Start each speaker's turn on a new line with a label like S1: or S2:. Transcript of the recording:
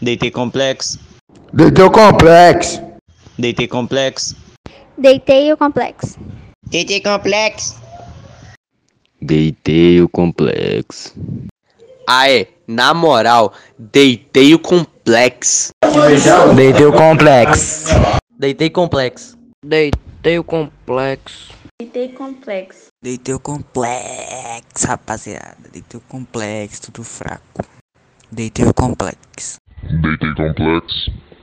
S1: deitei complexo,
S2: Deitei o complexo.
S1: deitei complexo,
S3: Deitei o complexo.
S4: TT Complex.
S5: Deitei o complexo.
S6: Aê, Ah, é. na moral, deitei o complexo.
S2: Deitei o complexo.
S7: Deitei complexo.
S4: Deitei o complexo.
S3: Deitei complexo.
S8: Deitei o complexo, rapaziada. Deitei o complexo, tudo fraco. Deitei o complexo.
S9: Deitei complexo.